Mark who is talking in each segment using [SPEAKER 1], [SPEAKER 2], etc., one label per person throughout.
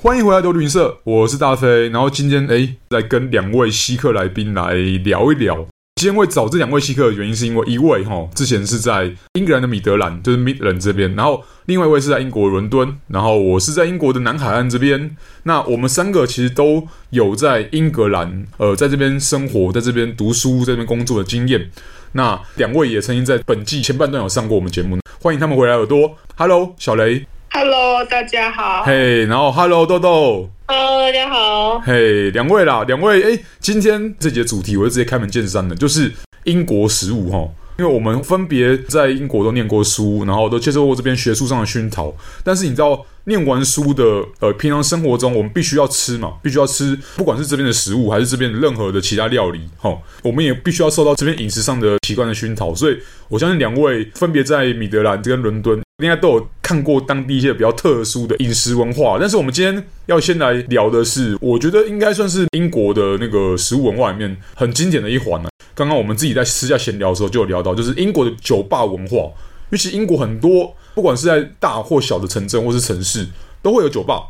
[SPEAKER 1] 欢迎回来多旅行社，我是大飞。然后今天哎，来跟两位稀客来宾来聊一聊。今天会找这两位稀客的原因，是因为一位哈之前是在英格兰的米德兰，就是 Midland 这边，然后另外一位是在英国伦敦，然后我是在英国的南海岸这边。那我们三个其实都有在英格兰，呃，在这边生活，在这边读书，在这边工作的经验。那两位也曾经在本季前半段有上过我们节目，欢迎他们回来耳朵。Hello，小雷，
[SPEAKER 2] Hello，大家好。
[SPEAKER 1] 嘿、然后 Hello 豆豆，
[SPEAKER 2] Hello，大家好。
[SPEAKER 1] 嘿、两位啦，两位，哎、今天这节主题我就直接开门见山了，就是英国食物哈。因为我们分别在英国都念过书，然后都接受过这边学术上的熏陶，但是你知道，念完书的呃，平常生活中我们必须要吃嘛，必须要吃，不管是这边的食物还是这边的任何的其他料理，哈，我们也必须要受到这边饮食上的习惯的熏陶，所以我相信两位分别在米德兰跟伦敦，应该都有看过当地一些比较特殊的饮食文化。但是我们今天要先来聊的是，我觉得应该算是英国的那个食物文化里面很经典的一环了、啊刚刚我们自己在私下闲聊的时候就有聊到，就是英国的酒吧文化，因为其实英国很多不管是在大或小的城镇或是城市，都会有酒吧。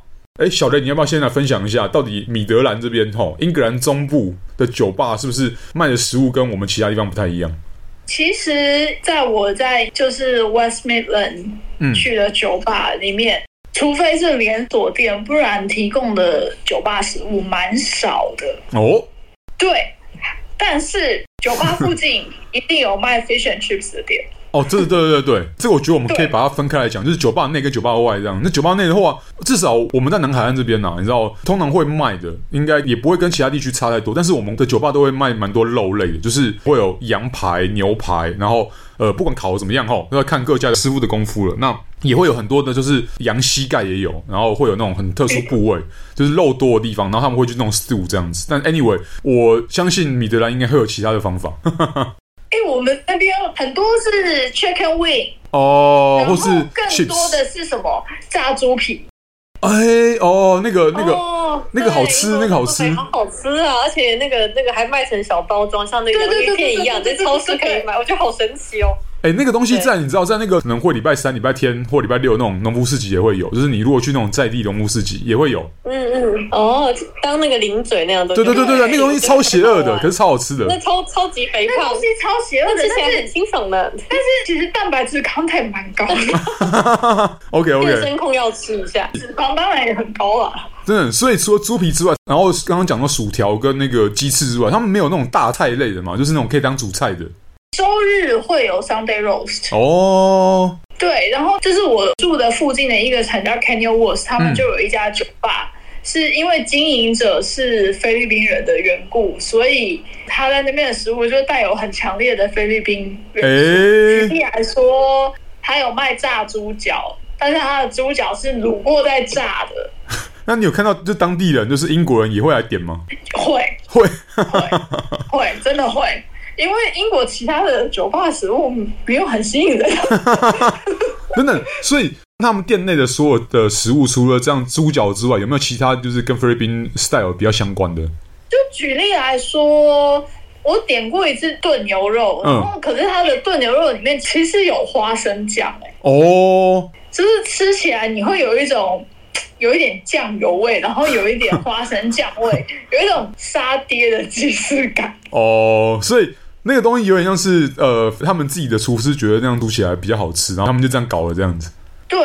[SPEAKER 1] 哎，小雷，你要不要先来分享一下，到底米德兰这边吼，英格兰中部的酒吧是不是卖的食物跟我们其他地方不太一样？
[SPEAKER 2] 其实，在我在就是 West Midland
[SPEAKER 1] 嗯
[SPEAKER 2] 去的酒吧里面，除非是连锁店，不然提供的酒吧食物蛮少的。
[SPEAKER 1] 哦，
[SPEAKER 2] 对，但是酒吧附近一定有卖 fish and chips 的店。
[SPEAKER 1] 哦，这对对对对，这个我觉得我们可以把它分开来讲，就是酒吧内跟酒吧外这样。那酒吧内的话，至少我们在南海岸这边呐、你知道，通常会卖的，应该也不会跟其他地区差太多。但是我们的酒吧都会卖蛮多肉类的，就是会有羊排、牛排，然后呃，不管烤的怎么样哈，都要看各家的师傅的功夫了。那也会有很多的，就是羊膝盖也有，然后会有那种很特殊部位，就是肉多的地方，然后他们会去弄 stew 这样子。但 anyway，我相信米德兰应该会有其他的方法
[SPEAKER 2] 哎，我们那边很多是 chicken wing，
[SPEAKER 1] 哦，
[SPEAKER 2] 然
[SPEAKER 1] 或
[SPEAKER 2] 后
[SPEAKER 1] 是
[SPEAKER 2] 更
[SPEAKER 1] chips
[SPEAKER 2] 多的是什么炸猪皮。
[SPEAKER 1] 哎哦，那个那个、
[SPEAKER 3] 哦
[SPEAKER 1] 那个
[SPEAKER 3] 对
[SPEAKER 1] 好吃
[SPEAKER 3] 英国
[SPEAKER 1] 那个好
[SPEAKER 3] 猪
[SPEAKER 1] 吃
[SPEAKER 3] 腿好好吃啊！而且那个那个还卖成小包装，像那个
[SPEAKER 2] 对对
[SPEAKER 3] 洋
[SPEAKER 2] 对
[SPEAKER 3] 芋
[SPEAKER 2] 对
[SPEAKER 3] 片一样，
[SPEAKER 2] 对对
[SPEAKER 3] 在
[SPEAKER 2] 对
[SPEAKER 3] 超市可
[SPEAKER 2] 对
[SPEAKER 3] 以
[SPEAKER 2] 对
[SPEAKER 3] 买，我觉得好神奇哦。
[SPEAKER 1] 哎、那个东西
[SPEAKER 3] 对
[SPEAKER 1] 在你知道，在那个可能会礼拜三、礼拜天或礼拜六那种农夫市集也会有，就是你如果去那种在地农夫市集也会有。
[SPEAKER 3] 嗯嗯，哦，当那个零嘴那样都
[SPEAKER 1] 对对对对对，哦那个东西超邪恶的，可是超好吃的。
[SPEAKER 3] 哦那超超级肥
[SPEAKER 2] 那
[SPEAKER 3] 胖
[SPEAKER 2] 东，西超邪恶的，
[SPEAKER 3] 吃起
[SPEAKER 2] 但
[SPEAKER 3] 来
[SPEAKER 2] 是
[SPEAKER 3] 很清爽的。
[SPEAKER 2] 但是其实蛋白质康泰蛮高的，
[SPEAKER 1] OK
[SPEAKER 3] 健
[SPEAKER 1] OK，
[SPEAKER 3] 身控要吃一下，
[SPEAKER 2] 脂肪当然也很高啊。
[SPEAKER 1] 真的。所以除了猪皮之外，然后刚刚讲到薯条跟那个鸡翅之外，他们没有那种大菜类的嘛，就是那种可以当主菜的。
[SPEAKER 2] 周日会有 Sunday roast，
[SPEAKER 1] 哦，
[SPEAKER 2] 对，然后这是我住的附近的一个城叫 Canyon Woods，他们
[SPEAKER 1] 嗯
[SPEAKER 2] 就有一家酒吧，是因为经营者是菲律宾人的缘故，所以他在那边的食物就带有很强烈的菲律宾
[SPEAKER 1] 哎、
[SPEAKER 2] 人。举例来说，他有卖炸猪脚，但是他的猪脚是卤过再炸的，
[SPEAKER 1] 那你有看到就当地人，就是英国人也会来点吗？
[SPEAKER 2] 会。
[SPEAKER 1] 会，
[SPEAKER 2] 会会真的会，因为英国其他的酒吧食物没有很吸引人。
[SPEAKER 1] 等等，所以他们店内的所有的食物，除了这样猪脚之外，有没有其他就是跟菲律宾 style 比较相关的？
[SPEAKER 2] 就举例来说，我点过一次炖牛肉，
[SPEAKER 1] 嗯
[SPEAKER 2] 然后可是它的炖牛肉里面其实有花生酱、欸，
[SPEAKER 1] 哦，
[SPEAKER 2] 就是吃起来你会有一种。有一点酱油味，然后有一点花生酱味，有一种沙爹的即视感。
[SPEAKER 1] 哦，所以那个东西有点像是呃，他们自己的厨师觉得那样煮起来比较好吃，然后他们就这样搞了这样子。
[SPEAKER 2] 对，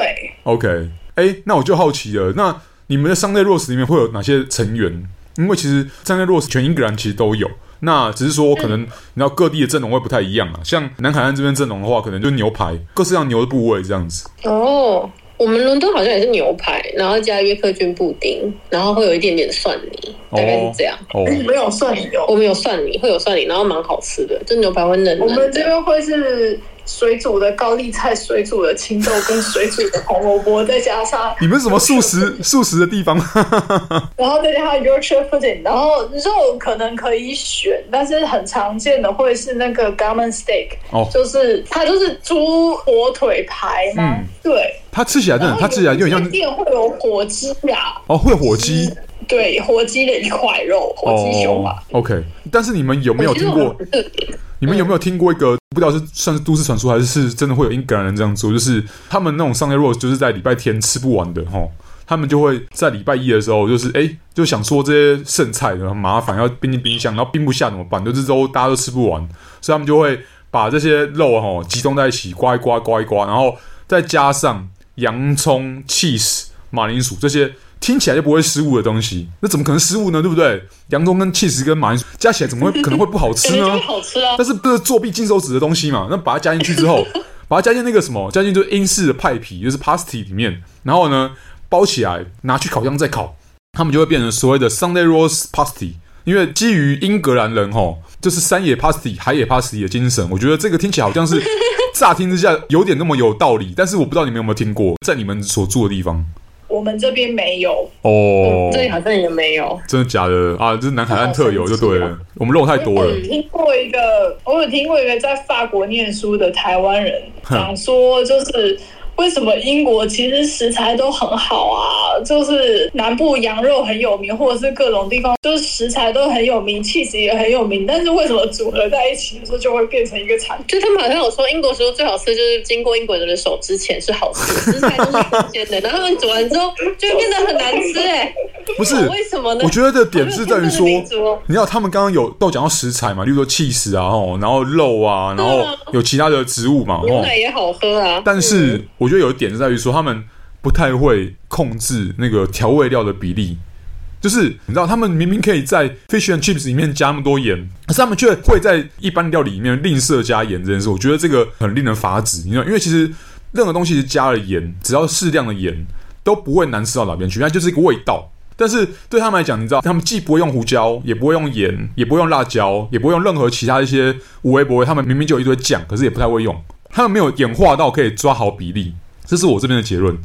[SPEAKER 1] OK，哎、那我就好奇了，那你们的商内 Rose 里面会有哪些成员？因为其实商内 Rose 全英格兰其实都有，那只是说可能你知道各地的阵容会不太一样啊。像南海岸这边阵容的话，可能就牛排，各式各样牛的部位这样子。
[SPEAKER 3] 哦。我们伦敦好像也是牛排，然后加约克菌布丁，然后会有一点点蒜泥，大概是这样。
[SPEAKER 1] 哦，
[SPEAKER 2] 没有蒜油，
[SPEAKER 3] 我们有蒜泥，会有蒜泥，然后蛮好吃的，就牛排会嫩
[SPEAKER 2] 我
[SPEAKER 3] 嫩
[SPEAKER 2] 们这
[SPEAKER 3] 的。
[SPEAKER 2] 边会是水煮的高丽菜、水煮的青豆跟水煮的红萝卜，再加上
[SPEAKER 1] 你们是什么素食素食的地方？
[SPEAKER 2] 然后再加上 Yorkshire pudding，然后肉可能可以选，但是很常见的会是那个 Garment steak，
[SPEAKER 1] 哦，
[SPEAKER 2] 就是它就是猪火腿排嘛，
[SPEAKER 1] 嗯
[SPEAKER 2] 对，
[SPEAKER 1] 它吃起来真的，它吃起来有点像
[SPEAKER 2] 店会有火鸡呀、
[SPEAKER 1] 哦，会有火鸡
[SPEAKER 2] 对，火鸡的一块肉，火鸡胸嘛。
[SPEAKER 1] 哦。OK，但是你们有没有
[SPEAKER 3] 其实
[SPEAKER 1] 听
[SPEAKER 3] 我们
[SPEAKER 1] 过
[SPEAKER 3] 不？特别，
[SPEAKER 1] 你们有没有听过一
[SPEAKER 2] 嗯
[SPEAKER 1] 个不知道是算是都市传说还是是真的会有英格兰人这样做？就是他们那种 Sunday roast 就是在礼拜天吃不完的吼，他们就会在礼拜一的时候，就是哎、诶就想说这些剩菜很麻烦，要冰进冰箱，然后冰不下怎么办？就是都大家都吃不完，所以他们就会把这些肉哈集中在一起，刮一刮，刮一刮，然后再加上洋葱、cheese、马铃薯这些听起来就不会失误的东西，那怎么可能失误呢？对不对？洋葱跟 cheese 跟马铃薯加起来怎么会可能会不好
[SPEAKER 2] 感
[SPEAKER 1] 吃
[SPEAKER 2] 觉就
[SPEAKER 1] 呢
[SPEAKER 2] 会？好吃啊。
[SPEAKER 1] 但是不是作弊金手指的东西嘛？那把它加进去之后， 把它加进那个什么，加进就是英式的派皮，就是 pasty 里面，然后呢包起来拿去烤箱再烤，他们就会变成所谓的 Sunday roast pasty。因为基于英格兰人吼，就是山野 pasty、海野 pasty 的精神，我觉得这个听起来好像 是乍听之下有点那么有道理，但是我不知道你们有没有听过，在你们所住的地方
[SPEAKER 2] 我们这边没有，
[SPEAKER 1] 哦，
[SPEAKER 3] 这里好像也没有。
[SPEAKER 1] 真的假的啊？这是南海岸特有就对了，我们肉太多了
[SPEAKER 2] 我有听过一个，我有听过一个在法国念书的台湾人
[SPEAKER 1] 哼
[SPEAKER 2] 讲说，就是为什么英国其实食材都很好啊，就是南部羊肉很有名，或者是各种地方就是食材都很有名，气质也很有名，但是为什么组合在一起的时候就会变成一个产品？
[SPEAKER 3] 就他们好像有说，英国食物最好吃就是经过英国人的手之前是好吃的，食材都是新 鲜的，然后他们煮完之后就会变得很难吃、哎，
[SPEAKER 1] 不是
[SPEAKER 3] 为什么呢？
[SPEAKER 1] 我觉得的点是在于
[SPEAKER 3] 好像有天生的民族
[SPEAKER 1] 说
[SPEAKER 3] 哦，
[SPEAKER 1] 你知道他们刚刚有都有讲到食材嘛，例如说 cheese 啊，哦，然后肉啊，然后
[SPEAKER 3] 对啊
[SPEAKER 1] 有其他的植物嘛，
[SPEAKER 3] 牛
[SPEAKER 1] 哦，
[SPEAKER 3] 奶也好喝啊，
[SPEAKER 1] 但是我觉得有一点是在于说，他们不太会控制那个调味料的比例。就是你知道，他们明明可以在 fish and chips 里面加那么多盐，可是他们却会在一般料理里面吝啬加盐这件事，我觉得这个很令人发指。你知道，因为其实任何东西加了盐，只要适量的盐，都不会难吃到哪边去，它就是一个味道。但是对他们来讲，你知道，他们既不会用胡椒，也不会用盐，也不会用辣椒，也不会用任何其他一些无微不微。他们明明就有一堆酱，可是也不太会用，他们没有演化到可以抓好比例。这是我这边的结论。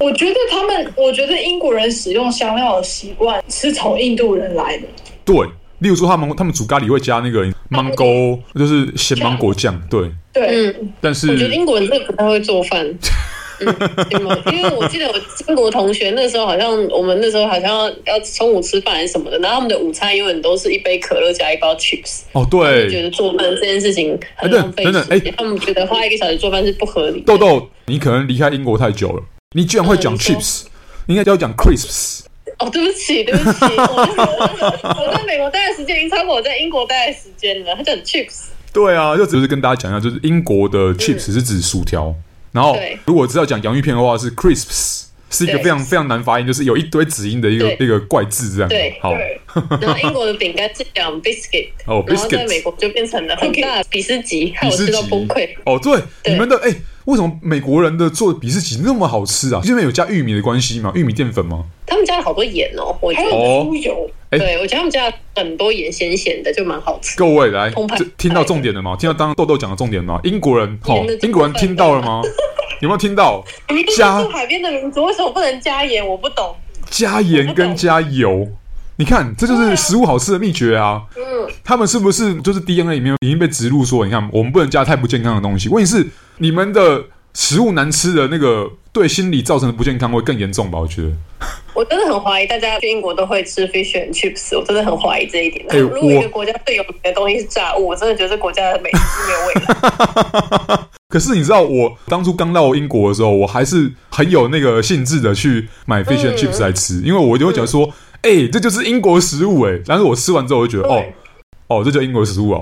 [SPEAKER 2] 我觉得他们，我觉得英国人使用香料的习惯是从印度人来的，
[SPEAKER 1] 对，例如说他们他们煮咖喱会加那个芒果，就是咸芒果酱。对，
[SPEAKER 2] 对。
[SPEAKER 3] 嗯，
[SPEAKER 1] 但
[SPEAKER 3] 我觉得
[SPEAKER 1] 是
[SPEAKER 3] 英国人真的不太会做 饭。嗯，有没有因为我记得我英国同学那时候好像我们那时候好像要中午吃饭还是什么的，然后他们的午餐永远都是一杯可乐加一包 chips，
[SPEAKER 1] 哦，
[SPEAKER 3] 就觉
[SPEAKER 1] 对，
[SPEAKER 3] 得做饭这件事情很浪
[SPEAKER 1] 哎
[SPEAKER 3] 费
[SPEAKER 1] 等等
[SPEAKER 3] 时
[SPEAKER 1] 哎
[SPEAKER 3] 间，他们觉得花一个小时做饭是不合理的。
[SPEAKER 1] 豆豆，你可能离开英国太久了，你居然会讲
[SPEAKER 3] 嗯你说
[SPEAKER 1] chips，你应该要讲 crisps。
[SPEAKER 3] 哦，对不起，对 不起，我 我在美国待的时间已经超过我在英国待的时间了，它就很 chips。
[SPEAKER 1] 对啊，就只是跟大家讲一下，就是英国的 chips 是指薯条，然后
[SPEAKER 3] 嗯对
[SPEAKER 1] 如果知道讲洋芋片的话是 crisps，是一个
[SPEAKER 3] 对
[SPEAKER 1] 非常非常难发音，就是有一堆子音的一个
[SPEAKER 3] 对
[SPEAKER 1] 一个怪字这样。
[SPEAKER 3] 对
[SPEAKER 1] 好，
[SPEAKER 2] 对，
[SPEAKER 3] 然后英国的饼干是讲 biscuit，
[SPEAKER 1] 哦
[SPEAKER 3] 然后在
[SPEAKER 1] biscuit
[SPEAKER 3] 美国就变成了很大的比斯吉，害
[SPEAKER 1] 比
[SPEAKER 3] 我
[SPEAKER 1] 斯
[SPEAKER 3] 吃到
[SPEAKER 1] 吉
[SPEAKER 3] 崩溃。
[SPEAKER 1] 哦，对，
[SPEAKER 3] 对
[SPEAKER 1] 你们的哎、为什么美国人的做的比斯吉那么好吃啊？是因为有加玉米的关系吗？玉米淀粉吗？
[SPEAKER 3] 他们加了好多盐哦，我觉
[SPEAKER 2] 还
[SPEAKER 3] 得，
[SPEAKER 2] 有
[SPEAKER 1] 哦
[SPEAKER 2] 猪油，
[SPEAKER 1] 哎
[SPEAKER 3] 对我觉得他们加了很多盐，咸咸的就蛮好吃。
[SPEAKER 1] 各位来，
[SPEAKER 3] 澎湃
[SPEAKER 1] 这听到重点了吗？听到刚刚豆豆讲的重点了吗？英国人，哦
[SPEAKER 3] 你们的，
[SPEAKER 1] 英国人听到了吗？ 有没有听到？哎加
[SPEAKER 3] 海边的民族为什么不能加盐？我不懂。
[SPEAKER 1] 加盐跟加油，你看，这就是食物好吃的秘诀啊！
[SPEAKER 3] 啊嗯，
[SPEAKER 1] 他们是不是就是 DNA 里面已经被植入说，你看我们不能加太不健康的东西？问题是你们的食物难吃的那个对心理造成的不健康会更严重吧？我觉得，
[SPEAKER 3] 我真的很怀疑大家去英国都会吃 fish and chips，我真的很怀疑这一点。
[SPEAKER 1] 哎
[SPEAKER 3] 如果一
[SPEAKER 1] 我
[SPEAKER 3] 个国家最有名的东西是炸物，我真的觉得这国家的美食没有味道。
[SPEAKER 1] 可是你知道，我当初刚到英国的时候，我还是很有那个兴致的去买 fish and chips 来吃，因为我就会觉得说，
[SPEAKER 3] 嗯
[SPEAKER 1] 哎、这就是英国食物哎、但是我吃完之后，我就觉得，哦
[SPEAKER 3] 对
[SPEAKER 1] 哦，这叫英国食物啊！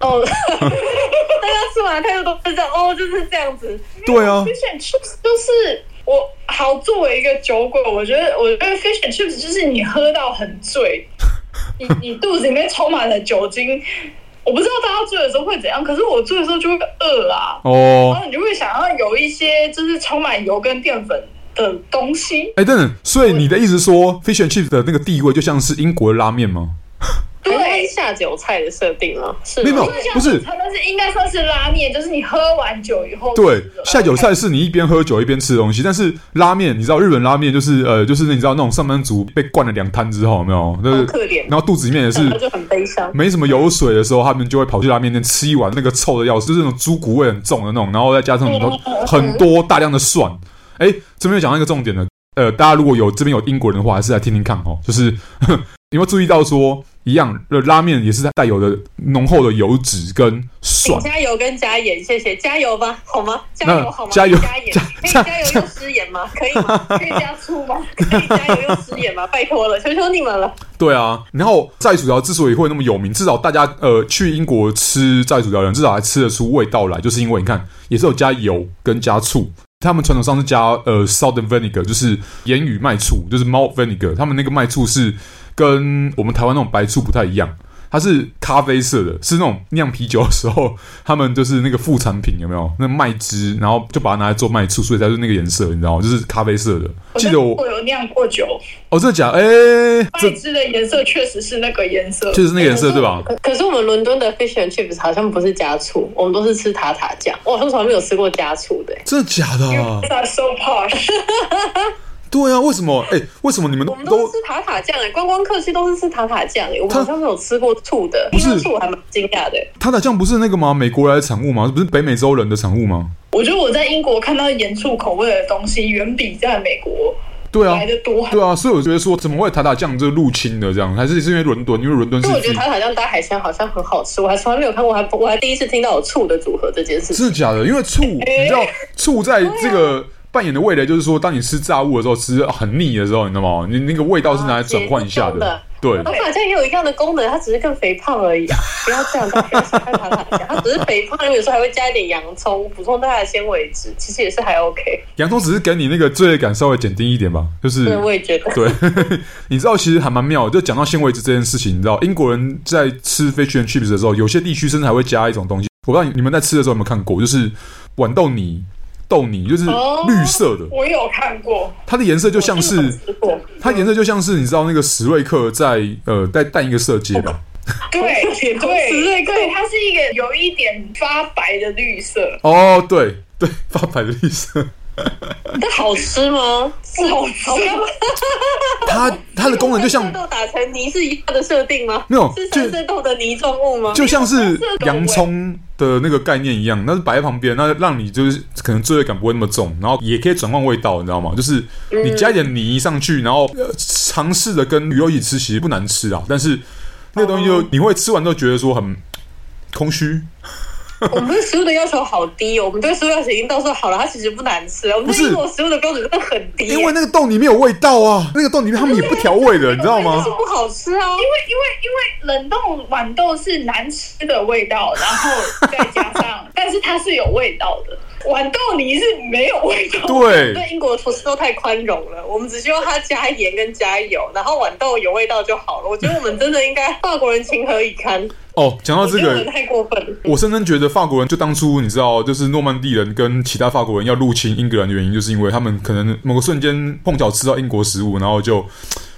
[SPEAKER 3] 哦， 大家吃完态度都是这样，哦，就是这样子。
[SPEAKER 1] 对啊，
[SPEAKER 2] fish and chips 就是我好作为一个酒鬼，我觉得我觉得 fish and chips 就是你喝到很醉，你你肚子里面充满了酒精。我不知道大家醉的时候会怎样，可是我醉的时候就会饿啊，
[SPEAKER 1] 哦
[SPEAKER 2] 然，后你就会想要有一些就是充满油跟淀粉的东西。
[SPEAKER 1] 哎、等等，所以你的意思说，fish and chips 的那个地位就像是英国的拉面吗？
[SPEAKER 3] 对，还
[SPEAKER 2] 对
[SPEAKER 3] 是，下酒菜的设定啊，是
[SPEAKER 1] 没有没
[SPEAKER 3] 吗
[SPEAKER 1] 有？哦不是
[SPEAKER 2] 它但是应该算是拉面，就是你喝完酒以后
[SPEAKER 1] 对，下酒菜是你一边喝酒一边吃的东西，但是拉面，你知道日本拉面就是呃，就是你知道那种上班族被灌了两摊之后，有没有？就是
[SPEAKER 3] 好可怜
[SPEAKER 1] 然后肚子里面也 是
[SPEAKER 3] 然后就很悲伤。
[SPEAKER 1] 没什么油水的时候，他们就会跑去拉面店吃一碗那个臭的要死，就是那种猪骨味很重的那种，然后再加上很多很多大量的蒜。哎，这边又讲到一个重点了，呃，大家如果有这边有英国人的话，还是来听听看哦，就是呵 你会注意到说，一样的拉面也是带有的浓厚的油脂跟
[SPEAKER 3] 请
[SPEAKER 1] 爽。
[SPEAKER 3] 加油跟加盐，谢谢，加油吧，好吗？加
[SPEAKER 1] 那
[SPEAKER 3] 油好吗？
[SPEAKER 1] 加油
[SPEAKER 3] 加盐，
[SPEAKER 1] 加
[SPEAKER 3] 可以加油用食 盐吗？可以吗？可以加醋吗？可以加油用食盐吗？拜托了，求求你们了。
[SPEAKER 1] 对啊，然后炸鱼薯条之所以会那么有名，至少大家呃去英国吃炸鱼薯条的人，至少还吃得出味道来，就是因为你看也是有加油跟加醋。他们传统上是加呃 salt and vinegar，就是盐与麦醋，就是 malt vinegar。他们那个麦醋是跟我们台湾那种白醋不太一样，它是咖啡色的，是那种酿啤酒的时候，他们就是那个副产品有没有？那麦汁，然后就把它拿来做麦醋，所以才是那个颜色，你知道吗？就是咖啡色的。记得我
[SPEAKER 2] 我有酿过酒，
[SPEAKER 1] 哦，真的假的？哎、
[SPEAKER 2] 麦
[SPEAKER 1] 这
[SPEAKER 2] 汁的颜色确实是那个颜色。
[SPEAKER 1] 就是那个颜色对吧？
[SPEAKER 3] 可可是我们伦敦的 fish and chips 好像不是加醋，我们都是吃塔塔酱。我好像从来没有吃过加醋的、欸
[SPEAKER 1] 真的假的、啊？
[SPEAKER 2] That's so posh。
[SPEAKER 1] 对啊，为什么？哎、为什么你们
[SPEAKER 3] 我们
[SPEAKER 1] 都
[SPEAKER 3] 都是吃塔塔酱哎、观光客去都是吃塔塔酱哎、我们
[SPEAKER 1] 它
[SPEAKER 3] 好像没有吃过醋的，
[SPEAKER 1] 不是
[SPEAKER 3] 听到醋我还蛮惊讶的、
[SPEAKER 1] 塔塔酱不是那个吗？美国来的产物吗？不是北美洲人的产物吗？
[SPEAKER 2] 我觉得我在英国看到盐醋口味的东西，远比在美国
[SPEAKER 1] 对
[SPEAKER 3] 哦
[SPEAKER 1] 啊
[SPEAKER 2] 来，的多。
[SPEAKER 1] 对啊，所以我觉得说，怎么会塔塔酱这入侵的这样？还是是因为伦敦？因为伦敦是
[SPEAKER 3] 所以我觉
[SPEAKER 1] 自
[SPEAKER 3] 得
[SPEAKER 1] 己
[SPEAKER 3] 塔塔酱搭海鲜好像很好吃，我还从来没有看过，我还我还第一次听到有醋的组合这件事情。
[SPEAKER 1] 真的假的？因为醋，
[SPEAKER 3] 哎
[SPEAKER 1] 你知道醋在
[SPEAKER 3] 啊
[SPEAKER 1] 这个扮演的味蕾，就是说，当你吃炸物的时候，吃很腻的时候，你知道吗？你那个味道是拿来转换一下的。
[SPEAKER 3] 啊
[SPEAKER 1] 对
[SPEAKER 3] 塔，塔酱也有一样的功能，它只是更肥胖而已啊！不要这样，大家不要小看塔塔酱，它只是肥胖，有时候还会加一点洋葱，补充大家的纤维质，其实也是还 OK。
[SPEAKER 1] 洋葱只是给你那个罪恶感稍微减低一点吧，就是
[SPEAKER 3] 对，我也觉得。
[SPEAKER 1] 对，你知道其实还蛮妙的。就讲到纤维质这件事情，你知道英国人在吃 fish and chips 的时候，有些地区甚至还会加一种东西，我不知道你们在吃的时候有没有看过，就是豌豆泥。豆泥就是
[SPEAKER 3] 哦
[SPEAKER 1] 绿色的，
[SPEAKER 2] 我有看过，
[SPEAKER 1] 它的颜色就像
[SPEAKER 3] 我真
[SPEAKER 1] 是
[SPEAKER 3] 的没有吃过
[SPEAKER 1] 它颜色就像是你知道那个史瑞克在呃在蛋一个色阶吧？
[SPEAKER 2] 对
[SPEAKER 3] 我是
[SPEAKER 2] 对
[SPEAKER 3] 同时在
[SPEAKER 2] 对，
[SPEAKER 3] 看
[SPEAKER 2] 它是一个有一点发白的绿色，
[SPEAKER 1] 哦，对对，发白的绿色，
[SPEAKER 3] 那好吃吗？
[SPEAKER 2] 不好吃。
[SPEAKER 1] 它它的功能就像
[SPEAKER 3] 跟豆打成泥是一样的设定吗？
[SPEAKER 1] 没有
[SPEAKER 3] 是
[SPEAKER 1] 就
[SPEAKER 3] 三色豆的泥状物吗？
[SPEAKER 1] 就像是
[SPEAKER 2] 色的
[SPEAKER 1] 洋葱的那个概念一样，那是摆在旁边，那让你就是可能罪恶感不会那么重，然后也可以转换味道，你知道吗？就是你加一点泥上去，然后呃尝试的跟鱼肉一起吃，其实不难吃啊，但是那个东西就
[SPEAKER 3] 哦
[SPEAKER 1] 你会吃完之后觉得说很空虚，
[SPEAKER 3] 我们对食物的要求好低哦，我们对食物要求已经到说好了，它其实不难吃了。我们
[SPEAKER 1] 不是
[SPEAKER 3] 对英国食物的标准真的很低耶，
[SPEAKER 1] 因为那个豆泥没有味道啊，那个豆泥他们也不调味的，你知道吗
[SPEAKER 3] 就是？不好吃啊。
[SPEAKER 2] 因为因为因为冷冻豌豆是难吃的味道，然后再加 上，但是它是有味道的。豌豆泥是没有味道的，
[SPEAKER 1] 对
[SPEAKER 3] 对英国的厨师都太宽容了，我们只需要它加盐跟加油，然后豌豆有味道就好了。我觉得我们真的应该法国人情何以 堪？
[SPEAKER 1] 哦，讲到这
[SPEAKER 3] 我觉得我
[SPEAKER 1] 个
[SPEAKER 3] 们。太过分了。
[SPEAKER 1] 我深深觉得法国人就当初你知道，就是诺曼底人跟其他法国人要入侵英格兰的原因，就是因为他们可能某个瞬间碰巧吃到英国食物，然后就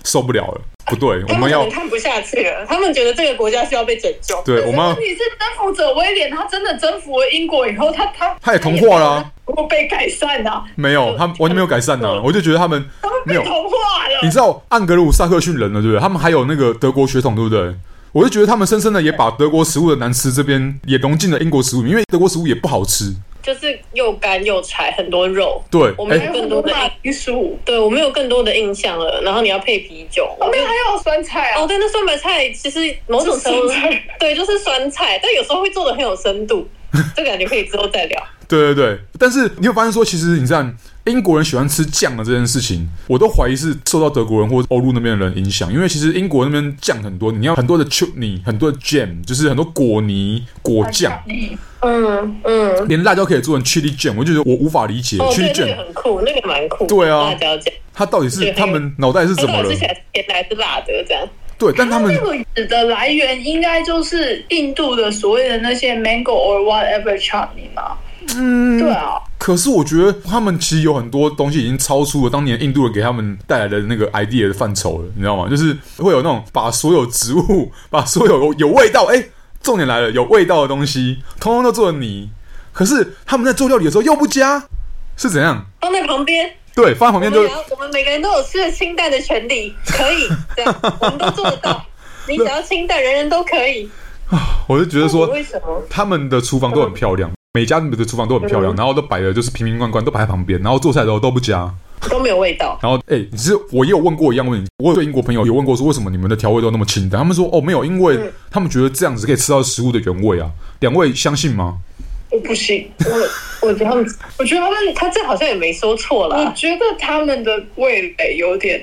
[SPEAKER 1] 受不了了。不对，我
[SPEAKER 3] 他
[SPEAKER 1] 们
[SPEAKER 3] 们可
[SPEAKER 1] 要
[SPEAKER 3] 能看不下去了，他们觉得这个国家需要被拯救。
[SPEAKER 1] 哎对，我们要
[SPEAKER 2] 问题是征服者威廉他真的征服了英国以后，他他
[SPEAKER 1] 他也同化啦、
[SPEAKER 2] 不过被改善啊，
[SPEAKER 1] 没有，他完全没有改善呐、我就觉得他们
[SPEAKER 2] 他们
[SPEAKER 1] 没
[SPEAKER 2] 被
[SPEAKER 1] 有。
[SPEAKER 2] 同化了
[SPEAKER 1] 你。知道盎格鲁撒克逊人了，对不对？他们还有那个德国血统，对不对？我就觉得他们深深的也把德国食物的难吃这边也融进了英国食物，因为德国食物也不好吃。
[SPEAKER 3] 就是又干又柴，很多肉。
[SPEAKER 1] 对，
[SPEAKER 3] 我们
[SPEAKER 1] 哎、
[SPEAKER 2] 还有很多马铃薯，
[SPEAKER 3] 对我没有更多的印象了，然后你要配啤酒，
[SPEAKER 2] 哦
[SPEAKER 3] 我没
[SPEAKER 2] 没
[SPEAKER 3] 有
[SPEAKER 2] 有，还有酸菜啊
[SPEAKER 3] 哦，，对，那酸白菜其实某种程度
[SPEAKER 2] 是酸菜
[SPEAKER 3] 对，就是酸菜，但有时候会做的很有深 度，这感觉可以之后再聊。
[SPEAKER 1] 对对对，但是你有发现说，其实你看英国人喜欢吃酱的这件事情，我都怀疑是受到德国人或者欧陆那边的人影响，因为其实英国那边酱很多，你要很多的 chutney，很多的 jam，就是很多果泥、果 酱，
[SPEAKER 2] 嗯
[SPEAKER 3] 嗯嗯，
[SPEAKER 1] 连辣椒可以做成 chili jam，我就觉得我无法理解、
[SPEAKER 3] 哦，
[SPEAKER 1] chili
[SPEAKER 3] 对，那个
[SPEAKER 1] jam
[SPEAKER 3] 很酷，那个蛮酷。
[SPEAKER 1] 对啊
[SPEAKER 3] 辣椒酱，
[SPEAKER 1] 它到底是
[SPEAKER 3] 对
[SPEAKER 1] 他们脑袋是
[SPEAKER 3] 它
[SPEAKER 1] 怎么
[SPEAKER 3] 到
[SPEAKER 1] 了
[SPEAKER 3] 底吃？起来是甜的还是辣的？这样，
[SPEAKER 1] 对，但他们
[SPEAKER 2] 那个籽的来源应该就是印度的所谓的那些 mango or whatever chutney 嘛。
[SPEAKER 1] 嗯，
[SPEAKER 2] 对啊，
[SPEAKER 1] 可是我觉得他们其实有很多东西已经超出了当年印度人给他们带来的那个 idea 的范畴了，你知道吗？就是会有那种把所有植物、把所有有有味道，哎，重点来了，有味道的东西，通通都做成泥。可是他们在做料理的时候又不加，是怎样？
[SPEAKER 3] 放在旁边。
[SPEAKER 1] 对，放在旁
[SPEAKER 3] 我
[SPEAKER 1] 边
[SPEAKER 3] 们
[SPEAKER 1] 就
[SPEAKER 3] 聊，我们每个人都有吃的清淡的权利，可以这 样，我们都做得到。你只要清淡，人人都可以。
[SPEAKER 1] 我就觉得说
[SPEAKER 3] 为什么？
[SPEAKER 1] 他们的厨房
[SPEAKER 3] 嗯
[SPEAKER 1] 都很漂亮，每家的厨房都很漂亮，然后都摆的就是瓶瓶罐罐都摆在旁边，然后做菜的时候都不加，
[SPEAKER 3] 都没有味道。
[SPEAKER 1] 然后，哎、其实我也有问过一样问题，我有对英国朋友有问过说，为什么你们的调味都那么清淡？他们说，哦，没有，因
[SPEAKER 3] 嗯
[SPEAKER 1] 为他们觉得这样子可以吃到食物的原味啊。两位相信吗？
[SPEAKER 2] 我不信，
[SPEAKER 3] 我我觉得他们，我觉得他们他这好像也没说错
[SPEAKER 2] 我
[SPEAKER 3] 啦，
[SPEAKER 2] 觉得他们的味蕾有点，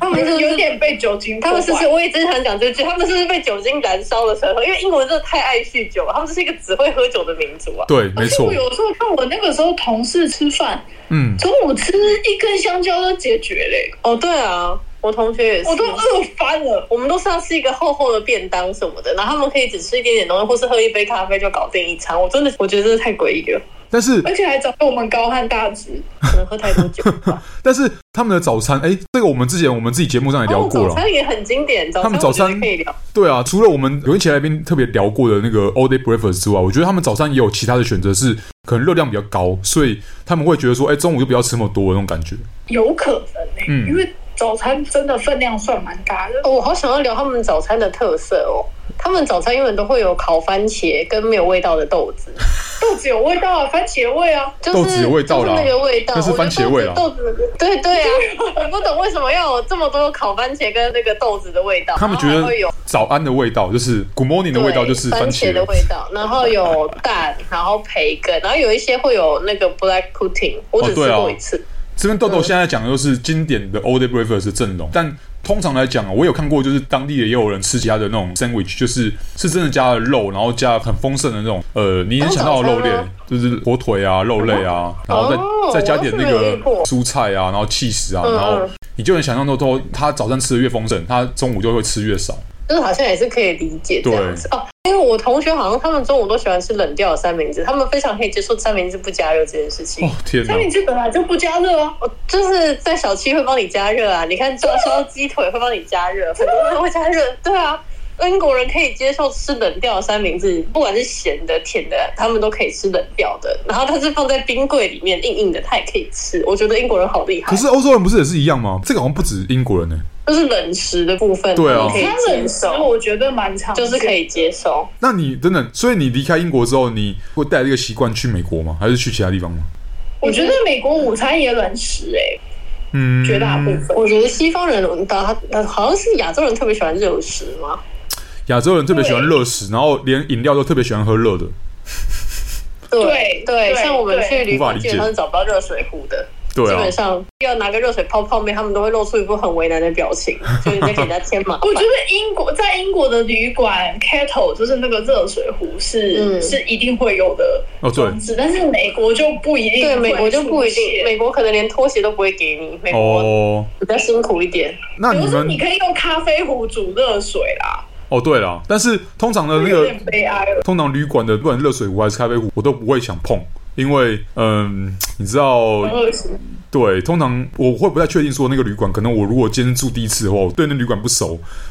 [SPEAKER 3] 他们是不
[SPEAKER 2] 有
[SPEAKER 3] 是？
[SPEAKER 2] 点被酒精破
[SPEAKER 3] 他
[SPEAKER 2] 坏，
[SPEAKER 3] 们是不是？我也真的很想这句，他们是不是被酒精燃烧了舌头？因为英国人真的太爱酗酒了，啊他们就是一个只会喝酒的民族啊。
[SPEAKER 1] 对，
[SPEAKER 2] 而
[SPEAKER 1] 没
[SPEAKER 2] 且
[SPEAKER 1] 错
[SPEAKER 2] 我，有时候看我那个时候同事吃饭，
[SPEAKER 1] 嗯，
[SPEAKER 2] 中午吃一根香蕉都解决嘞、
[SPEAKER 3] 哦，对啊，我同学也是，
[SPEAKER 2] 我都饿翻了。
[SPEAKER 3] 我们都是要吃一个厚厚的便当什么的，然后他们可以只吃一点点东西，或是喝一杯咖啡就搞定一餐。我真的，我觉得真的太诡异了，
[SPEAKER 1] 但是
[SPEAKER 2] 而且还找我们高汉大直，
[SPEAKER 3] 可能喝太多酒吧。
[SPEAKER 1] 但是他们的早餐，哎、这个我们之前我们自己节目上 也聊
[SPEAKER 3] 哦，
[SPEAKER 1] 过
[SPEAKER 3] 早
[SPEAKER 1] 了。
[SPEAKER 3] 餐也很经典，早
[SPEAKER 1] 他们早
[SPEAKER 3] 我
[SPEAKER 1] 餐
[SPEAKER 3] 觉得可以聊。
[SPEAKER 1] 对啊，除了我们有一期来宾特别聊过的那个 all day breakfast 之外，我觉得他们早餐也有其他的选择，是可能热量比较高，所以他们会觉得说，哎、中午就不要吃那么多的那种感觉。
[SPEAKER 2] 有可能嘞、
[SPEAKER 1] 嗯
[SPEAKER 2] 因为早餐真的分量算蛮大的。
[SPEAKER 3] 哦，我好想要聊他们早餐的特色哦。他们早餐永远都会有烤番茄跟没有味道的豆子，
[SPEAKER 2] 豆子有味道啊，番茄味啊，
[SPEAKER 3] 就是
[SPEAKER 1] 豆子有味道啦
[SPEAKER 3] 就是那个味道，
[SPEAKER 1] 那是番茄味啦
[SPEAKER 3] 我觉得豆子豆子，对对啊，我不懂为什么要有这么多烤番茄跟那个豆子的味道。
[SPEAKER 1] 他们觉
[SPEAKER 3] 然后
[SPEAKER 1] 得
[SPEAKER 3] 哦还会有
[SPEAKER 1] 早安的味道就是 good morning 的味道，就是
[SPEAKER 3] 对番
[SPEAKER 1] 茄
[SPEAKER 3] 的味道，然后有蛋，然后培根，然后有一些会有那个 black pudding，我只
[SPEAKER 1] 哦对
[SPEAKER 3] 吃
[SPEAKER 1] 啊
[SPEAKER 3] 过一次。
[SPEAKER 1] 这边豆豆现在讲的就是经典的 all day breakfast 的阵容，但通常来讲啊，我有看过，就是当地也有人吃其他的那种 sandwich，就是是真的加了肉，然后加了很丰盛的那种，呃，你能想到的肉类
[SPEAKER 3] 哦当早餐吗，
[SPEAKER 1] 就是火腿啊、肉类啊，然后再、
[SPEAKER 3] 哦
[SPEAKER 1] 再加点那
[SPEAKER 3] 我倒是没有
[SPEAKER 1] 个
[SPEAKER 3] 遇过
[SPEAKER 1] 蔬菜啊，然后 cheese 啊，
[SPEAKER 3] 嗯
[SPEAKER 1] 然后
[SPEAKER 3] 嗯
[SPEAKER 1] 你就能想象到，说他早上吃的越丰盛，他中午就会吃越少。
[SPEAKER 3] 就是好像也是可以理解这样子哦。因为我同学好像他们中午都喜欢吃冷掉的三明治，他们非常可以接受三明治不加热这件事情。
[SPEAKER 1] 哦天哪
[SPEAKER 2] 三！明治本来就不加热啊。
[SPEAKER 3] 哦，就是在小七会帮你加热啊，你看照烧鸡腿会帮你加热，很多人会 加热，对啊。英国人可以接受吃冷掉的三明治，不管是咸的、甜的，他们都可以吃冷掉的。然后它是放在冰柜里面硬硬的，他也可以吃。我觉得英国人好厉害，
[SPEAKER 1] 可是欧洲人不是也是一样吗？这个好像不止英国人呢、欸
[SPEAKER 3] 就是冷食的部分，
[SPEAKER 1] 对啊
[SPEAKER 3] 他们可
[SPEAKER 2] 它
[SPEAKER 3] 以接
[SPEAKER 2] 冷食
[SPEAKER 3] 受，
[SPEAKER 2] 我觉得蛮常见
[SPEAKER 3] 就
[SPEAKER 2] 的，
[SPEAKER 3] 是可以接受。
[SPEAKER 1] 那你等等，所以你离开英国之后，你会带这个习惯去美国吗？还是去其他地方吗？
[SPEAKER 2] 我觉得美国午餐也冷食哎、
[SPEAKER 1] 嗯，
[SPEAKER 2] 绝大部分。
[SPEAKER 3] 我觉得西方人，他他好像是亚洲人特别喜欢热食嘛，
[SPEAKER 1] 亚洲人特别喜欢热食，然后连饮料都特别喜欢喝热的。
[SPEAKER 2] 对
[SPEAKER 3] 对，
[SPEAKER 2] 对
[SPEAKER 3] 像我们
[SPEAKER 2] 对
[SPEAKER 3] 去旅
[SPEAKER 1] 无法
[SPEAKER 3] 馆，
[SPEAKER 1] 理解
[SPEAKER 3] 基本上是找不到热水壶的。
[SPEAKER 1] 对
[SPEAKER 3] 基
[SPEAKER 1] 啊
[SPEAKER 3] 本，上要拿个热水泡泡面，他们都会露出一副很为难的表 情，就是你在给人家添麻
[SPEAKER 2] 我觉
[SPEAKER 3] 烦。
[SPEAKER 2] 得英国在英国的旅馆 kettle 就是那个热水壶是、
[SPEAKER 3] 嗯
[SPEAKER 2] 是一定会有的
[SPEAKER 1] 哦对
[SPEAKER 2] 装置，但是美国就不一定。
[SPEAKER 3] 对，美国就不一定，。美国可能连拖鞋都不会给你，美国
[SPEAKER 1] 哦，
[SPEAKER 3] 比较辛苦一点。
[SPEAKER 1] 那
[SPEAKER 2] 比
[SPEAKER 1] 你
[SPEAKER 2] 如说，你
[SPEAKER 1] 们
[SPEAKER 2] 可以用咖啡壶煮热水啦，
[SPEAKER 1] 哦，对了，但是通常的那
[SPEAKER 2] 啊有
[SPEAKER 1] 个
[SPEAKER 2] 点悲哀了。
[SPEAKER 1] 通常旅馆的不管热水壶还是咖啡壶，我都不会想碰，因为嗯，你知道，
[SPEAKER 2] 热水
[SPEAKER 1] 对，通常我会不太确定说那个旅馆，可能我如果今天住第一次的话，我对那旅馆不熟，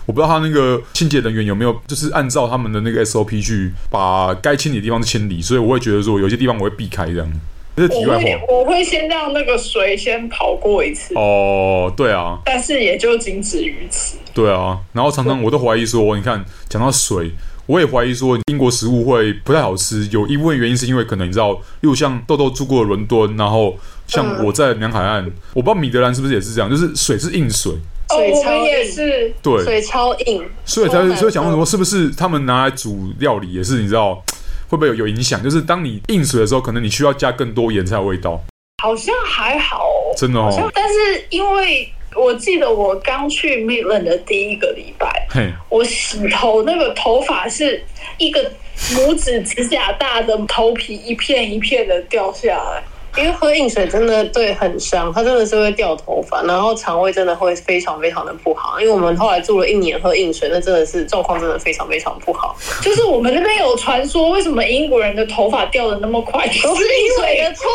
[SPEAKER 1] 我不知道他那个清洁人员有没有就是按照他们的那个 SOP 去把该清理的地方清理，所以我会觉得说有些地方我会避开这样。这是题
[SPEAKER 2] 我
[SPEAKER 1] 外
[SPEAKER 2] 会
[SPEAKER 1] 话
[SPEAKER 2] 我会先让那个水先跑过一次，
[SPEAKER 1] 哦，对啊，
[SPEAKER 2] 但是也就仅止于此。
[SPEAKER 1] 对啊，然后常常我都怀疑说，你看讲到水，我也怀疑说英国食物会不太好吃，有一部分原因是因为可能你知道，例如像豆豆住过伦敦，然后像我在南海岸，我不知道米德兰是不是也是这样，就是水是硬水，
[SPEAKER 2] 哦，
[SPEAKER 3] 水
[SPEAKER 2] 我
[SPEAKER 3] 超
[SPEAKER 2] 们也
[SPEAKER 3] 硬，
[SPEAKER 2] 是，
[SPEAKER 1] 对，
[SPEAKER 3] 水超硬，
[SPEAKER 1] 所以才
[SPEAKER 3] 超难
[SPEAKER 1] 所以讲为什
[SPEAKER 3] 喝
[SPEAKER 1] 么是不是他们拿来煮料理也是你知道会不会有有影响？就是当你硬水的时候，可能你需要加更多盐才有味道，
[SPEAKER 2] 好像还好哦。
[SPEAKER 1] 真的哦哦
[SPEAKER 2] 好，像但是因为我记得我刚去 Midland 的第一个礼拜，
[SPEAKER 1] 嘿，
[SPEAKER 2] 我洗头那个头发是一个拇指指甲大的头皮一片一片的掉下 来。
[SPEAKER 3] 因为喝硬水真的对很伤，它真的是会掉头发，然后肠胃真的会非常非常的不好。因为我们后来住了一年喝硬水，那真的是状况真的非常非常不好，
[SPEAKER 2] 就是我们那边有传说，为什么英国人的头发掉的那么 快？
[SPEAKER 3] 都
[SPEAKER 2] 都
[SPEAKER 3] 是硬水的错。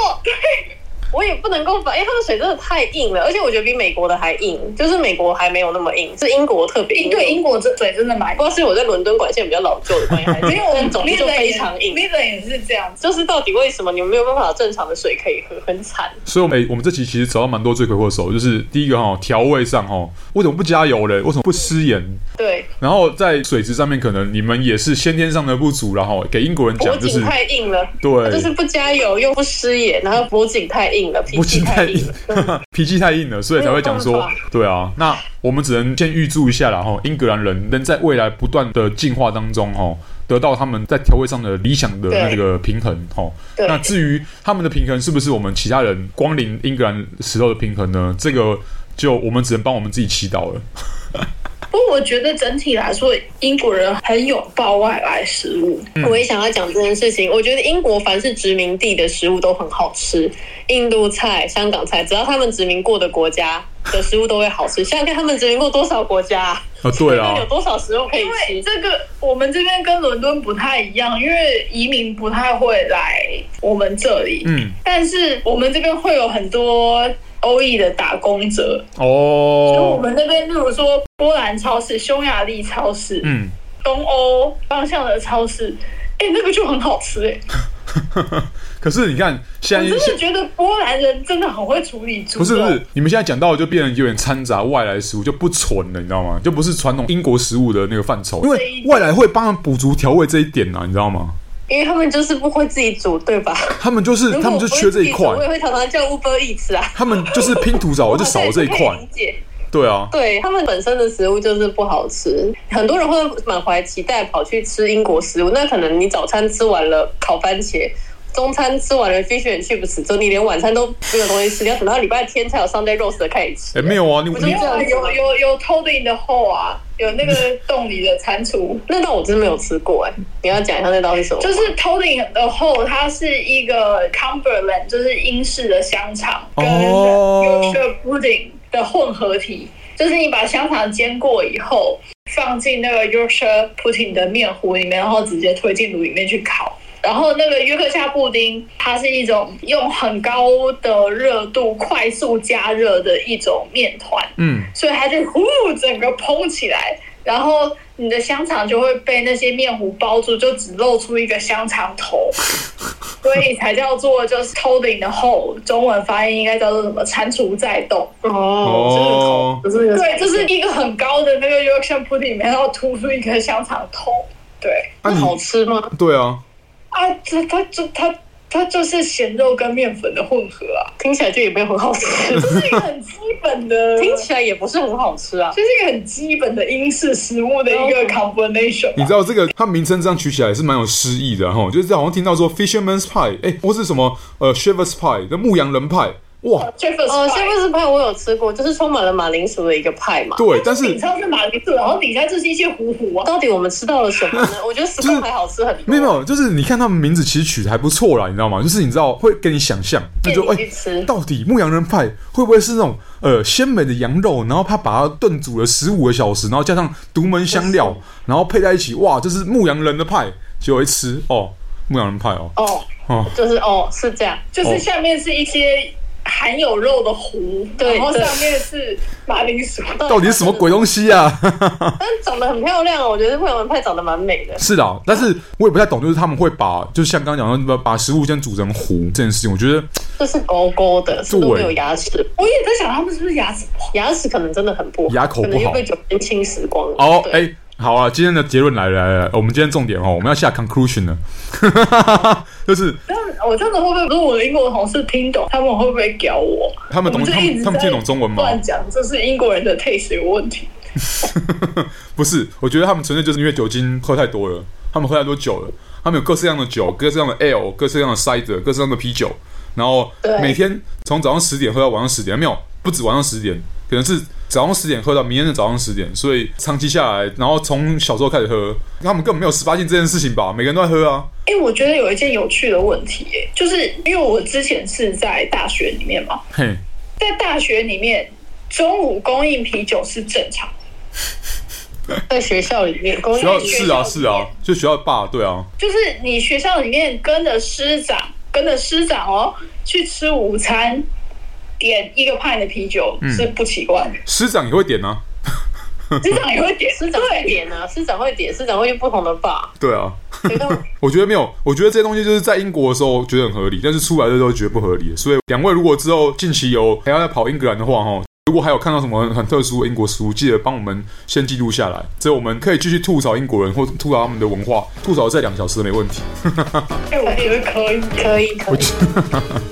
[SPEAKER 3] 我也不能够反，因为它的水真的太硬了，而且我觉得比美国的还硬，就是美国还没有那么硬，是英国特别硬。
[SPEAKER 2] 对，英国这水真的蛮
[SPEAKER 3] 不知道是我在伦敦管线比较老旧的关 系，还是
[SPEAKER 2] 因为我们
[SPEAKER 3] 总之就非常硬
[SPEAKER 2] m。i d l a n 也是这样子。
[SPEAKER 3] 就是到底为什么你们没有办法有正常的水可以喝，很惨。
[SPEAKER 1] 所以我们、欸我们这期其实找到蛮多罪魁祸首，就是第一个哈、调味上哈、为什么不加油嘞？为什么不施盐？
[SPEAKER 3] 对，
[SPEAKER 1] 然后在水质上面，可能你们也是先天上的不足，然后给英国人
[SPEAKER 3] 脖
[SPEAKER 1] 讲就是
[SPEAKER 3] 颈太硬了，
[SPEAKER 1] 对
[SPEAKER 3] 就是不加油又不失野，然后脖颈太硬 了，脾
[SPEAKER 1] 不
[SPEAKER 3] 气
[SPEAKER 1] 是
[SPEAKER 3] 太
[SPEAKER 1] 太
[SPEAKER 3] 硬
[SPEAKER 1] 硬
[SPEAKER 3] 了。，
[SPEAKER 1] 脾气太硬了，所以才会讲
[SPEAKER 3] 没有
[SPEAKER 1] 说
[SPEAKER 3] 办法，
[SPEAKER 1] 对啊，那我们只能先预祝一下啦，哈，英格兰人能在未来不断的进化当中，哈，得到他们在调味上的理想的那个平衡，哈。
[SPEAKER 3] 对
[SPEAKER 1] 那至于他们的平衡是不是我们其他人光临英格兰时候的平衡呢？这个就我们只能帮我们自己祈祷了。
[SPEAKER 2] 不过我觉得整体来说，英国人很有爆外来食物。
[SPEAKER 1] 嗯
[SPEAKER 3] 我也想要讲这件事情。我觉得英国凡是殖民地的食物都很好吃，印度菜、香港菜，只要他们殖民过的国家的食物都会好吃。想 想看，他们殖民过多少国家、啊？
[SPEAKER 1] 啊，对啊
[SPEAKER 3] 那，有多少食物可以
[SPEAKER 2] 因为
[SPEAKER 3] 吃？
[SPEAKER 2] 这个我们这边跟伦敦不太一样，因为移民不太会来我们这里，
[SPEAKER 1] 嗯，
[SPEAKER 2] 但是我们这边会有很多欧裔的打工者，因为我
[SPEAKER 1] 哦，
[SPEAKER 2] 们那边例如说波兰超市、匈牙利超市、
[SPEAKER 1] 嗯，
[SPEAKER 2] 东欧方向的超市。哎、那个就很好吃哎、
[SPEAKER 1] 可是你看现
[SPEAKER 2] 我
[SPEAKER 1] 在
[SPEAKER 2] 真的觉得波兰人真的很会处理猪肉。
[SPEAKER 1] 不是不是，你们现在讲到的就变得有点掺杂外来食物，就不纯了，你知道吗？就不是传统英国食物的那个范畴，因
[SPEAKER 2] 这一
[SPEAKER 1] 为
[SPEAKER 2] 点
[SPEAKER 1] 外来会帮他们补足调味这一点啊，你知道吗？
[SPEAKER 3] 因为他们就是不会自己煮，对吧？
[SPEAKER 1] 他们就是他们就缺这一块
[SPEAKER 3] 如果我不会自己煮我，也会常常叫 Uber Eats 啊。
[SPEAKER 1] 他们就是拼图找就少了这一
[SPEAKER 3] 我可以
[SPEAKER 1] 块
[SPEAKER 3] 理，解
[SPEAKER 1] 对啊，
[SPEAKER 3] 对他们本身的食物就是不好吃，很多人会满怀期待跑去吃英国食物。那可能你早餐吃完了烤番茄，中餐吃完了 fish and chips 之后，你连晚餐都没有东西吃，你要等到礼拜天才有 Sunday roast 的开始吃。
[SPEAKER 1] 哎、没有啊，你
[SPEAKER 3] 是
[SPEAKER 1] 你
[SPEAKER 2] 没有啊有有有偷的你的后啊，有那个洞里的蟾蜍。
[SPEAKER 3] 那道我真的没有吃过哎、你要讲一下那道是什么？
[SPEAKER 2] 就是 Toding 的后，它是一个 Cumberland，就是英式的香肠跟
[SPEAKER 1] 哦
[SPEAKER 2] Yorkshire pudding 的混合体，就是你把香肠煎过以后，放进那个 Yorkshire pudding 的面糊里面，然后直接推进炉里面去烤。然后那个约克夏布丁，它是一种用很高的热度快速加热的一种面团，
[SPEAKER 1] 嗯，
[SPEAKER 2] 所以它就呼整个蓬起来，然后你的香肠就会被那些面糊包住，就只露出一个香肠 头，所以才叫做就是 toading 的后，中文发音应该叫做什么蟾蜍在动。
[SPEAKER 1] 哦，
[SPEAKER 3] 就是那个
[SPEAKER 2] 对，就是一个很高的那个 Yorkshire pudding 里面，然后突出一颗香肠头。对
[SPEAKER 1] 啊
[SPEAKER 3] 那好
[SPEAKER 1] 你
[SPEAKER 3] 吃吗？
[SPEAKER 1] 对啊，
[SPEAKER 2] 啊，这它就它它就是咸肉跟面粉的混合 啊，
[SPEAKER 3] 听起来就也没有很好吃，
[SPEAKER 2] 这是一个很基本的，
[SPEAKER 3] 听起来也不是很好吃啊。
[SPEAKER 2] 就是一个很基本的英式食物的一个 combination 吧。
[SPEAKER 1] 你知道这个它名称这样取起来也是蛮有诗意的哈，就是好像听到说 fisherman's pie，哎、或是什么呃 shepherd's pie，那牧羊人派，哇，
[SPEAKER 2] Jeffers
[SPEAKER 3] 哦，香味是派我有吃过，就是充满了马铃薯的一个派嘛。
[SPEAKER 1] 对，但是
[SPEAKER 2] 顶上是马铃薯，然后底下就是一些糊糊啊。
[SPEAKER 3] 到底我们吃到了什么呢？我觉得 s
[SPEAKER 1] 是
[SPEAKER 3] c 还好吃很多。
[SPEAKER 1] 没有没有，就是你看他们名字其实取的还不错啦，你知道吗？就是你知道会跟你想象，那就
[SPEAKER 3] 骗
[SPEAKER 1] 哎、
[SPEAKER 3] 你去吃
[SPEAKER 1] 到底牧羊人派会不会是那种呃鲜美的羊肉，然后他把它炖煮了十五个小时，然后加上独门香 料，然后配在一起，哇，这是牧羊人的派，结果一吃哦，牧羊人派哦，
[SPEAKER 3] 哦，
[SPEAKER 1] 哦，
[SPEAKER 3] 就是哦，是这样。
[SPEAKER 2] 就是下面是一些含有肉的糊，
[SPEAKER 3] 对
[SPEAKER 2] 然后
[SPEAKER 3] 对
[SPEAKER 2] 上面是马铃薯。
[SPEAKER 1] 到底是什么鬼东西啊？
[SPEAKER 3] 但长得很漂亮，我觉得惠文派长得蛮美的。
[SPEAKER 1] 是的，但是我也不太懂，就是他们会把，就是像刚刚讲的，把把食物先煮成糊这件事情，我觉得
[SPEAKER 3] 就是勾勾的，是都没有牙齿，
[SPEAKER 2] 我也在想他们是不是牙齿不好。
[SPEAKER 3] 牙齿可能真的很不好，
[SPEAKER 1] 牙口不好
[SPEAKER 3] 可能又被酒精侵蚀光了。
[SPEAKER 1] 哦，哎、
[SPEAKER 3] 对，
[SPEAKER 1] 好啊，今天的结论来了来了，我们今天重点哦，我们要下 conclusion 了， 就是
[SPEAKER 2] 但我真的会不会？如果我的英国同事听懂，他们会不会屌我？
[SPEAKER 1] 他们懂
[SPEAKER 2] 我就
[SPEAKER 1] 他
[SPEAKER 2] 一直
[SPEAKER 1] 们
[SPEAKER 2] 在
[SPEAKER 1] 他们听懂中文吗？
[SPEAKER 2] 乱讲，这是英国人的 taste 有问题。
[SPEAKER 1] 不是，我觉得他们纯粹就是因为酒精喝太多了，他们喝太多酒了，他们有各式各样的酒，各式各样的 ale，各式各样的 cider，各式各样的啤酒，然后
[SPEAKER 3] 对
[SPEAKER 1] 每天从早上十点喝到晚上十点，没有，不止晚上十点，可能是早上十点喝到明天的早上十点，所以长期下来，然后从小时候开始喝，他们根本没有十八禁这件事情吧？每个人都在喝啊，
[SPEAKER 2] 哎、我觉得有一件有趣的问题、哎，就是因为我之前是在大学里面嘛，
[SPEAKER 1] 嘿，
[SPEAKER 2] 在大学里面中午供应啤酒是正常的。
[SPEAKER 3] 在学校里面，公
[SPEAKER 1] 学校
[SPEAKER 3] 园
[SPEAKER 1] 是啊是啊，就学校的爸对啊，
[SPEAKER 2] 就是你学校里面跟着师长，跟着师长哦去吃午餐，点一个派的啤酒、是不奇怪的，
[SPEAKER 1] 师长也会点啊，
[SPEAKER 2] 师长也会点，
[SPEAKER 3] 师长会
[SPEAKER 2] 对。
[SPEAKER 3] 点啊，师长会点，师长会去不同的 bar。
[SPEAKER 1] 对啊。
[SPEAKER 3] 所以他们
[SPEAKER 1] 我觉得没有，我觉得这些东西就是在英国的时候觉得很合理，但是出来的时候觉得不合理。所以两位如果之后近期有还要再跑英格兰的话，哈，如果还有看到什么很特殊的英国食物，记得帮我们先记录下来，这我们可以继续吐槽英国人或吐槽他们的文化，吐槽这两小时没问题。
[SPEAKER 2] 哎，我觉得可以。
[SPEAKER 3] 可以可以。